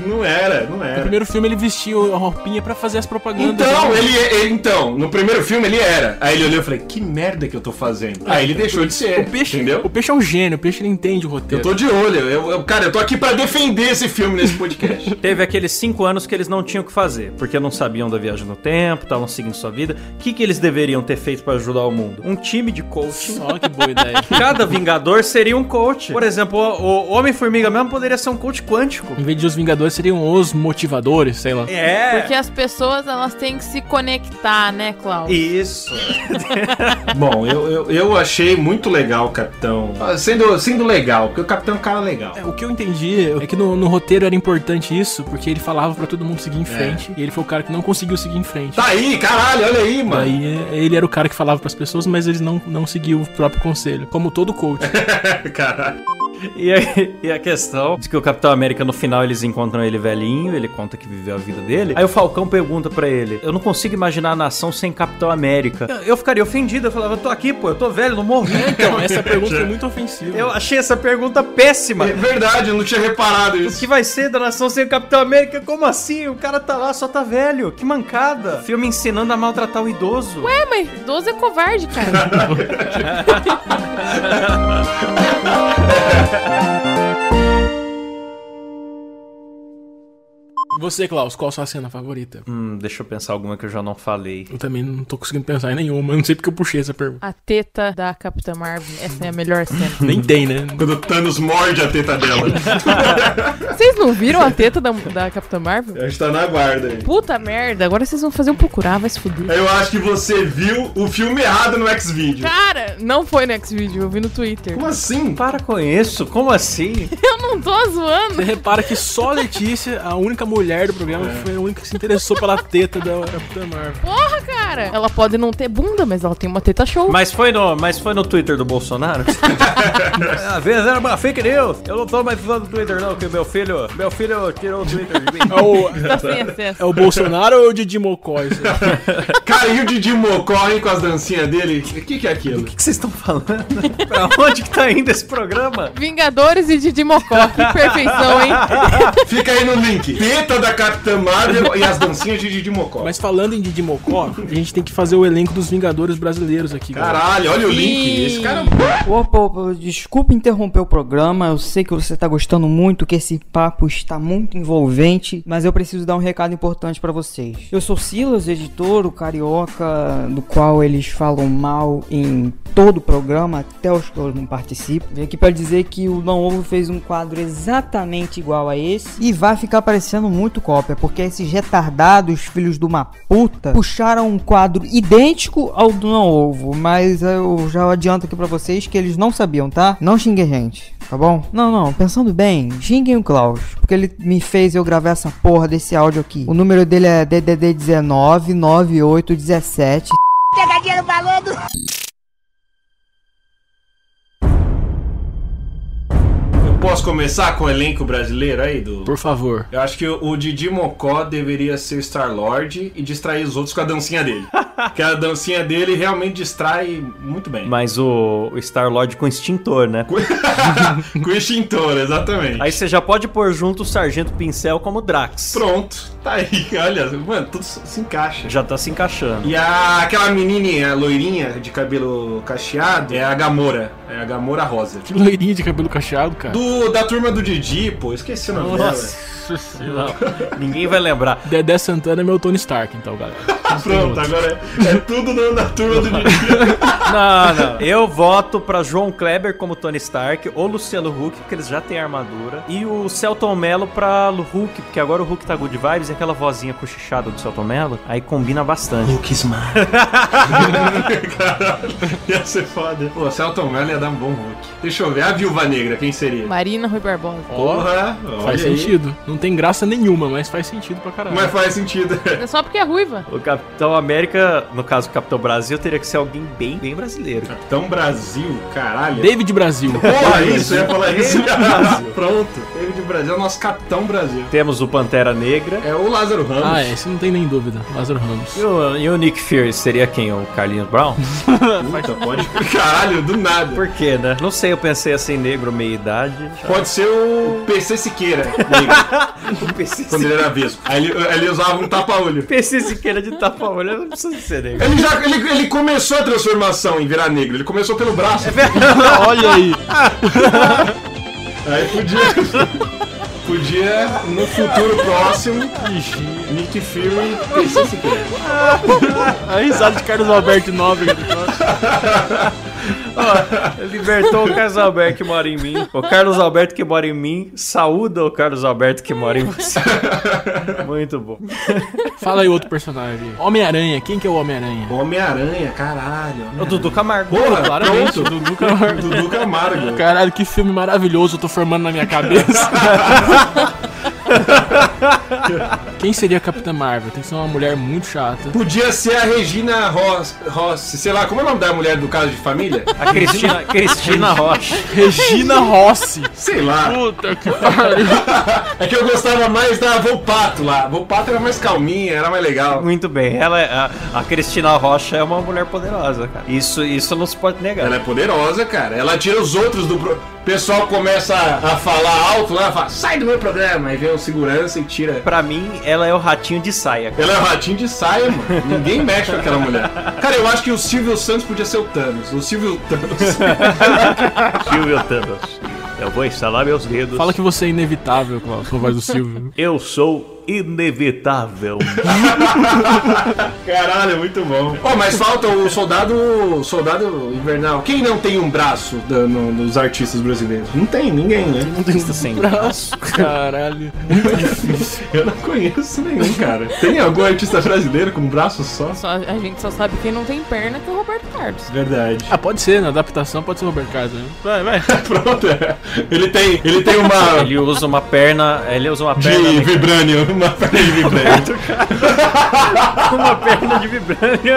Speaker 5: No
Speaker 6: [LAUGHS] não era, não era.
Speaker 5: primeiro filme ele vestiu a roupinha pra fazer as propagandas.
Speaker 6: Então, ele, ele- então, no primeiro filme ele era. Aí ele olhou e falei, que merda que eu tô fazendo. Aí ele deixou de ser.
Speaker 5: O peixe,
Speaker 6: entendeu?
Speaker 5: o peixe é um gênio, o peixe ele entende o
Speaker 6: Eu
Speaker 5: roteiro.
Speaker 6: tô de olho. Eu, eu- cara, eu tô aqui pra defender esse filme nesse podcast.
Speaker 4: Teve aqueles cinco anos que eles não tinham o que fazer, porque não sabiam da viagem no tempo, estavam seguindo sua vida. O que, que eles deveriam ter feito pra ajudar o mundo? Um time de [LAUGHS] coaching.
Speaker 5: Olha que boa ideia.
Speaker 4: Cada Vingador seria um coach. Por exemplo, o o Homem-Formiga mesmo poderia ser um coach quântico.
Speaker 5: [LAUGHS] Em vez de os Vingadores, seriam os motivadores, sei lá.
Speaker 4: É.
Speaker 7: Porque as pessoas, elas têm que se conectar, né, Cláudio?
Speaker 4: É Isso.
Speaker 6: [LAUGHS] Bom, eu, eu, eu achei muito legal o Capitão. Ah, Sendo, sendo legal, porque o Capitão é um cara legal.
Speaker 5: É, O que eu entendi é que no, no roteiro era importante isso, porque ele falava pra todo mundo seguir em frente, e ele foi o cara que não conseguiu seguir em frente.
Speaker 6: Tá aí, caralho, olha aí, mano.
Speaker 5: Daí é, ele era o cara que falava pras pessoas, mas ele não, não seguiu o próprio conselho, como todo coach.
Speaker 6: Tá Caralho.
Speaker 4: E a, e a questão de que o Capitão América, no final, eles encontram ele velhinho, ele conta que viveu a vida dele. Aí o Falcão pergunta pra ele: Eu não consigo imaginar a nação sem Capitão América. Eu, eu ficaria ofendido, eu falava: Eu tô aqui, pô, eu tô velho, não [LAUGHS] morri.
Speaker 5: Então, essa pergunta é muito ofensiva.
Speaker 4: Eu achei essa pergunta péssima.
Speaker 6: É verdade, eu não tinha reparado
Speaker 4: O que
Speaker 6: isso.
Speaker 4: vai ser da nação sem o Capitão América? Como assim? O cara tá lá, só tá velho. Que mancada. Filme ensinando a maltratar o idoso.
Speaker 7: É, mas idoso é covarde, cara.
Speaker 5: Você, Klaus, qual a sua cena favorita?
Speaker 4: Hum, deixa eu pensar alguma que eu já não falei.
Speaker 5: Eu também não tô conseguindo pensar em nenhuma. Não sei porque eu puxei essa pergunta.
Speaker 7: A teta da Capitã Marvel. Essa é a melhor cena.
Speaker 5: Nem tem, né?
Speaker 6: [LAUGHS] Quando o Thanos morde a teta dela.
Speaker 7: Vocês não viram a teta da, da Capitã Marvel?
Speaker 6: a gente tá na guarda aí.
Speaker 7: Puta merda, agora vocês vão fazer um procurar, vai se fuder.
Speaker 6: Eu acho que você viu o filme errado no X-Video.
Speaker 7: Cara, não foi no X-Video, eu vi no Twitter.
Speaker 6: Como assim?
Speaker 4: Para com isso, como assim?
Speaker 7: [LAUGHS] Eu não tô zoando.
Speaker 5: Você repara que só a Letícia, a única mulher do programa, foi a única que se interessou pela teta da Capitã Marvel.
Speaker 7: Porra, cara. Ela pode não ter bunda, mas ela tem uma teta show.
Speaker 4: Mas foi no, mas foi no Twitter do [LAUGHS] Bolsonaro? Ah, Às vezes era uma fake news. Eu não tô mais usando o Twitter não, porque meu filho, meu filho tirou o Twitter de mim. [LAUGHS]
Speaker 5: É o,
Speaker 7: Tá sem acesso.
Speaker 5: é o Bolsonaro ou é o Didi Mocói? sei lá?
Speaker 6: Caiu de Dimocó, hein, com as dancinhas dele. O que, que é aquilo?
Speaker 4: O que vocês estão falando? pra onde que tá indo esse programa?
Speaker 7: Vingadores e Didi Mocó. Que perfeição, [LAUGHS] hein?
Speaker 6: Fica aí no link. Teta da Capitã Marvel e as dancinhas de Didi Mocó.
Speaker 5: Mas falando em Didi Mocó, a gente tem que fazer o elenco dos Vingadores brasileiros aqui. galera.
Speaker 6: Caralho, olha o link. Esse cara é um
Speaker 9: Opa, opa, desculpa interromper o programa. Eu sei que você tá gostando muito, que esse papo está muito envolvente, mas eu preciso dar um recado importante para vocês. Eu sou Silas, editor, o carioca, do qual eles falam mal em todo o programa, até os que eu não participo. Vim aqui para dizer que o Não Ovo fez um quadro exatamente igual a esse e vai ficar parecendo muito cópia, porque esses retardados, filhos de uma puta, puxaram um quadro idêntico ao do Não Ovo, mas eu já adianto aqui pra vocês que eles não sabiam, tá? Não xinguem gente. Tá bom? Não, não, pensando bem, xinguem o Klaus, porque ele me fez eu gravar essa porra desse áudio aqui. O número dele é DDD 19 9817
Speaker 3: Pegadinha no balão do
Speaker 6: Eu posso começar com o elenco brasileiro aí do.
Speaker 5: Por favor.
Speaker 6: Eu acho que o Didi Mocó deveria ser Star-Lord e distrair os outros com a dancinha dele. Porque a dancinha dele realmente distrai muito bem.
Speaker 4: Mas o, o Star-Lord com extintor, né?
Speaker 6: [LAUGHS] com o extintor, exatamente.
Speaker 4: Aí você já pode pôr junto o Sargento Pincel como Drax.
Speaker 6: Pronto, tá aí. Olha, mano, tudo se encaixa.
Speaker 4: Já tá se encaixando.
Speaker 6: E a, aquela menininha loirinha de cabelo cacheado é a Gamora. É a Gamora Rosa.
Speaker 5: Que loirinha de cabelo cacheado, cara.
Speaker 6: Do, da turma do Didi, pô, esqueci o nome dela.
Speaker 4: Não, ninguém vai lembrar.
Speaker 5: Dedé Santana é meu Tony Stark, então, galera.
Speaker 6: Ah, [LAUGHS] Pronto, agora é, é tudo nome da turma do [LAUGHS] Didi.
Speaker 4: Não, não. Eu voto pra João Kleber como Tony Stark, ou Luciano Huck, porque eles já têm armadura, e o Celton Mello pra Hulk, porque agora o Hulk tá good vibes, e aquela vozinha cochichada do Celton Mello, aí combina bastante.
Speaker 6: Hulk Smart. [LAUGHS] Caralho, ia ser foda. Pô, Celton Mello ia dar um bom Hulk. Deixa eu ver, a Viúva Negra, quem seria?
Speaker 7: Marina Rui Barbosa.
Speaker 6: Porra,
Speaker 5: Faz
Speaker 6: olha aí.
Speaker 5: sentido. Não tem graça nenhuma, mas faz sentido pra caralho.
Speaker 6: Mas faz sentido. [LAUGHS]
Speaker 7: É só porque é ruiva.
Speaker 4: O Capitão América, no caso o Capitão Brasil, teria que ser alguém bem, bem brasileiro.
Speaker 6: Então, Brasil, caralho.
Speaker 5: David Brasil.
Speaker 6: Porra, isso, é eu ia falar isso. [LAUGHS] Pronto. David Brasil é o nosso Capitão Brasil.
Speaker 4: Temos o Pantera Negra.
Speaker 6: É o Lázaro Ramos.
Speaker 5: Ah, é, esse não tem nem dúvida. Lázaro Ramos.
Speaker 4: E o, e o Nick Fury seria quem? O Carlinhos Brown?
Speaker 6: Puta, pode. [LAUGHS] Caralho, do nada.
Speaker 4: Por quê, né? Não sei, eu pensei assim, negro, meia idade.
Speaker 6: Pode ser o PC Siqueira, negro, quando
Speaker 5: assim.
Speaker 6: ele era vesgo. Aí ele, ele usava um tapa-olho.
Speaker 4: Pensei Siqueira de tapa-olho, não precisa ser negro.
Speaker 6: Ele já ele, ele começou a transformação em virar negro. Ele começou pelo braço.
Speaker 5: Olha aí.
Speaker 6: Aí podia. Podia, no futuro próximo, Nick Fury, PC Siqueira.
Speaker 5: A risada de Carlos Alberto Nobre.
Speaker 4: Libertou o Carlos Alberto que mora em mim. O Carlos Alberto que mora em mim, saúda o Carlos Alberto que mora em você. Muito bom.
Speaker 5: Fala aí outro personagem. Homem-Aranha. Quem que é o Homem-Aranha?
Speaker 6: Homem-Aranha, caralho.
Speaker 4: O Dudu Camargo.
Speaker 6: Porra,
Speaker 5: claramente,
Speaker 6: pronto.
Speaker 5: o Dudu
Speaker 6: [LAUGHS]
Speaker 5: Camargo.
Speaker 6: Dudu Camargo.
Speaker 5: [LAUGHS] Caralho, que filme maravilhoso eu tô formando na minha cabeça. Quem seria a Capitã Marvel? Tem que ser uma mulher muito chata.
Speaker 6: Podia ser a Regina Ross- Rossi, sei lá, como é o nome da mulher do caso de família?
Speaker 4: A Cristina, Cristina Rocha.
Speaker 5: Regina Rossi.
Speaker 6: Sei lá.
Speaker 5: Puta
Speaker 6: [LAUGHS]
Speaker 5: que pariu.
Speaker 6: É que eu gostava mais da Volpato lá. Volpato era mais calminha, era mais legal.
Speaker 4: Muito bem, ela é- a, a Cristina Rocha é uma mulher poderosa, cara. Isso, isso não se pode negar.
Speaker 6: Ela é poderosa, cara. Ela tira os outros do. Pro... O pessoal começa a falar alto lá, fala, sai do meu programa. Aí vem o segurança e tira.
Speaker 4: Pra mim, ela é o ratinho de saia. cara.
Speaker 6: Ela é um ratinho de saia, mano. Ninguém mexe com aquela mulher. Cara, eu acho que o Silvio Santos podia ser o Thanos. O Silvio Thanos.
Speaker 10: Silvio Thanos. Eu vou instalar meus dedos.
Speaker 5: Fala que você é inevitável com a com a voz do Silvio.
Speaker 10: Eu sou inevitável.
Speaker 6: Caralho, muito bom. Ó, mas falta o soldado. Soldado invernal. Quem não tem um braço da- no- nos artistas brasileiros? Não tem ninguém, né?
Speaker 4: Sem
Speaker 5: Caralho.
Speaker 6: Eu não conheço nenhum, cara. Tem algum artista brasileiro com um braço só?
Speaker 7: Só- a gente só sabe quem não tem perna que é o Roberto Carlos.
Speaker 6: Verdade.
Speaker 5: Ah, pode ser, na adaptação pode ser o Roberto Carlos, né? Vai, vai.
Speaker 6: Pronto. é. Ele tem, ele tem uma.
Speaker 4: Ele é usa uma perna. Ele usa uma perna.
Speaker 6: De
Speaker 4: mecânica.
Speaker 6: vibrânio, uma [LAUGHS] perna de vibrânio.
Speaker 4: uma
Speaker 10: [LAUGHS]
Speaker 4: perna de vibrânio.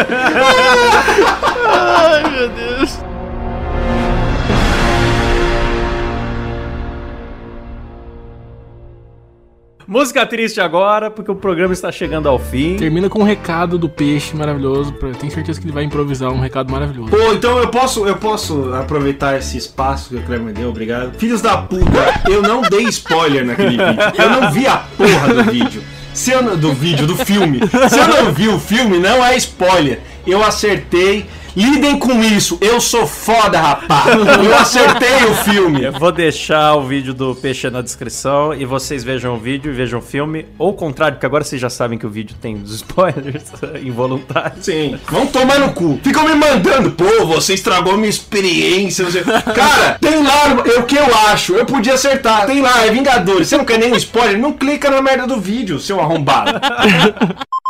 Speaker 4: Música triste agora, porque o programa está chegando ao fim.
Speaker 5: Termina com um recado do peixe maravilhoso. pra- Eu tenho certeza que ele vai improvisar um recado maravilhoso.
Speaker 6: Pô, então eu posso, eu posso aproveitar esse espaço que o Kleber me deu, obrigado. Filhos da puta, eu não dei spoiler naquele vídeo. Eu não vi a porra do vídeo. Se eu não, do vídeo, do filme. Se eu não vi o filme, não é spoiler. Eu acertei. Lidem com isso. Eu sou foda, rapá. Eu acertei o filme.
Speaker 4: Eu vou deixar o vídeo do Peixe na descrição e vocês vejam o vídeo e vejam o filme. Ou o contrário, porque agora vocês já sabem que o vídeo tem os [LAUGHS] spoilers involuntários.
Speaker 6: Sim. Vão tomar no cu. Ficam me mandando. Pô, você estragou minha experiência. não sei- [LAUGHS] Cara, tem lá é o que eu acho. Eu podia acertar. Tem lá, é Vingadores. Você não quer nenhum spoiler? Não clica na merda do vídeo, seu arrombado.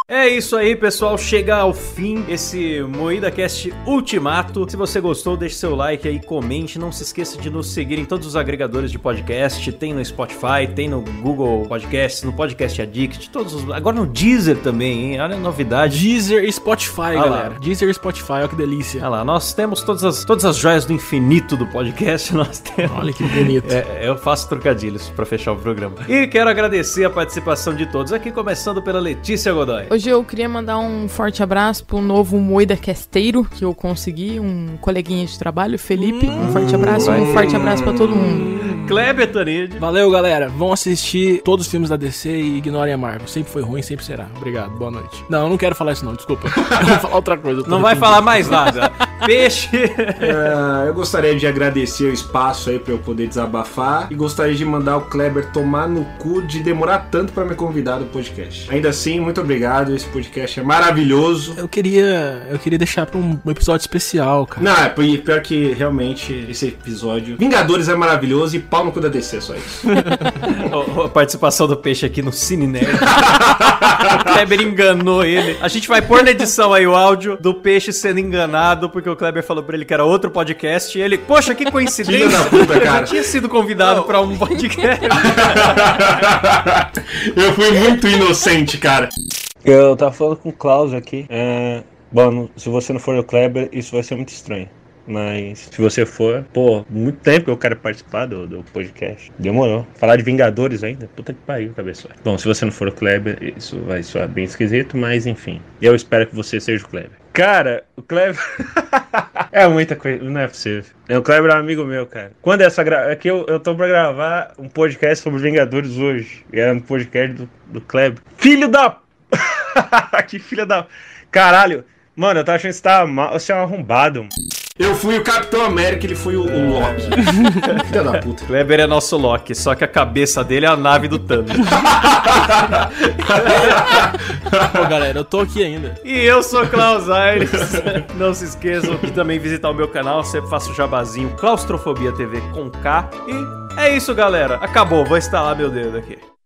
Speaker 4: É isso aí, pessoal. Chega ao fim esse Moída Cast Ultimato. Se você gostou, deixe seu like aí, comente. Não se esqueça de nos seguir em todos os agregadores de podcast. Tem no Spotify, tem no Google Podcasts, no Podcast Addict, todos os. Agora no Deezer também, hein? Olha a novidade.
Speaker 5: Deezer e Spotify,
Speaker 4: Ah lá.
Speaker 5: galera. Deezer e Spotify, olha que delícia.
Speaker 4: Olha lá, nós temos todas as, todas as joias do infinito do podcast. [LAUGHS] Nós temos.
Speaker 5: Olha que bonito.
Speaker 4: É, eu faço trocadilhos pra fechar o programa. E quero agradecer a participação de todos aqui, começando pela Letícia Godoy.
Speaker 7: Hoje eu queria mandar um forte abraço pro novo Moida Casteiro que eu consegui, um coleguinha de trabalho, Felipe. Um forte abraço, um forte abraço pra todo mundo.
Speaker 4: Kleber Tanid.
Speaker 5: Valeu, galera. Vão assistir todos os filmes da DC e ignorem a Marvel. Sempre foi ruim, sempre será. Obrigado, boa noite. Não, eu não quero falar isso, não, desculpa. [LAUGHS] Eu vou falar outra coisa. eu tô
Speaker 4: Não vai
Speaker 5: arrependido.
Speaker 4: falar mais [LAUGHS] nada. Peixe.
Speaker 6: [LAUGHS] Ah, eu gostaria de agradecer o espaço aí pra eu poder desabafar e gostaria de mandar o Kleber tomar no cu de demorar tanto pra me convidar do podcast. Ainda assim, muito obrigado. Esse podcast é maravilhoso.
Speaker 5: Eu queria, eu queria deixar pra um episódio especial, cara.
Speaker 6: Não, é pi- pior que realmente esse episódio. Vingadores é maravilhoso e pau no cu da DC, só isso.
Speaker 4: Ó, ó, A participação do Peixe aqui no Cine Nerd. O Kleber enganou ele. A gente vai pôr na edição aí o áudio do Peixe sendo enganado, porque o Kleber falou pra ele que era outro podcast. E ele, poxa, [LAUGHS] que
Speaker 6: Filha da
Speaker 4: coincidência.
Speaker 6: puta,
Speaker 4: Eu já
Speaker 6: cara.
Speaker 4: tinha sido convidado pra um podcast.
Speaker 6: [LAUGHS] Eu fui muito inocente, cara.
Speaker 11: Eu tava falando com o Klaus aqui. É... Bom, não- se você não for o Kleber, isso vai ser muito estranho. Mas se você for, pô, muito tempo que eu quero participar do, do podcast. Demorou. Falar de Vingadores ainda? Puta que pariu, cabeçote. Bom, se você não for o Kleber, isso vai soar bem esquisito, mas enfim. Eu espero que você seja o Kleber. Cara, o Kleber. [LAUGHS] é muita coisa, não é possível. É, O Kleber é um amigo meu, cara. Quando essa gra... É que eu, eu tô pra gravar um podcast sobre Vingadores hoje. E era um podcast do, do Kleber. Filho da [LAUGHS] que filha da. Caralho. Mano, eu tava achando que você tava mal. Você é um arrombado. mano.
Speaker 6: Eu fui o Capitão América, ele foi o, o Loki. Filha da puta.
Speaker 4: Kleber é nosso Loki, só que a cabeça dele é a nave do Thanos.
Speaker 5: Pô, galera, eu tô aqui ainda.
Speaker 4: E eu sou Klaus Aires. Não se esqueçam de também visitar o meu canal, sempre faço jabazinho Claustrofobia TV com K. E é isso, galera. Acabou, vou instalar meu dedo aqui.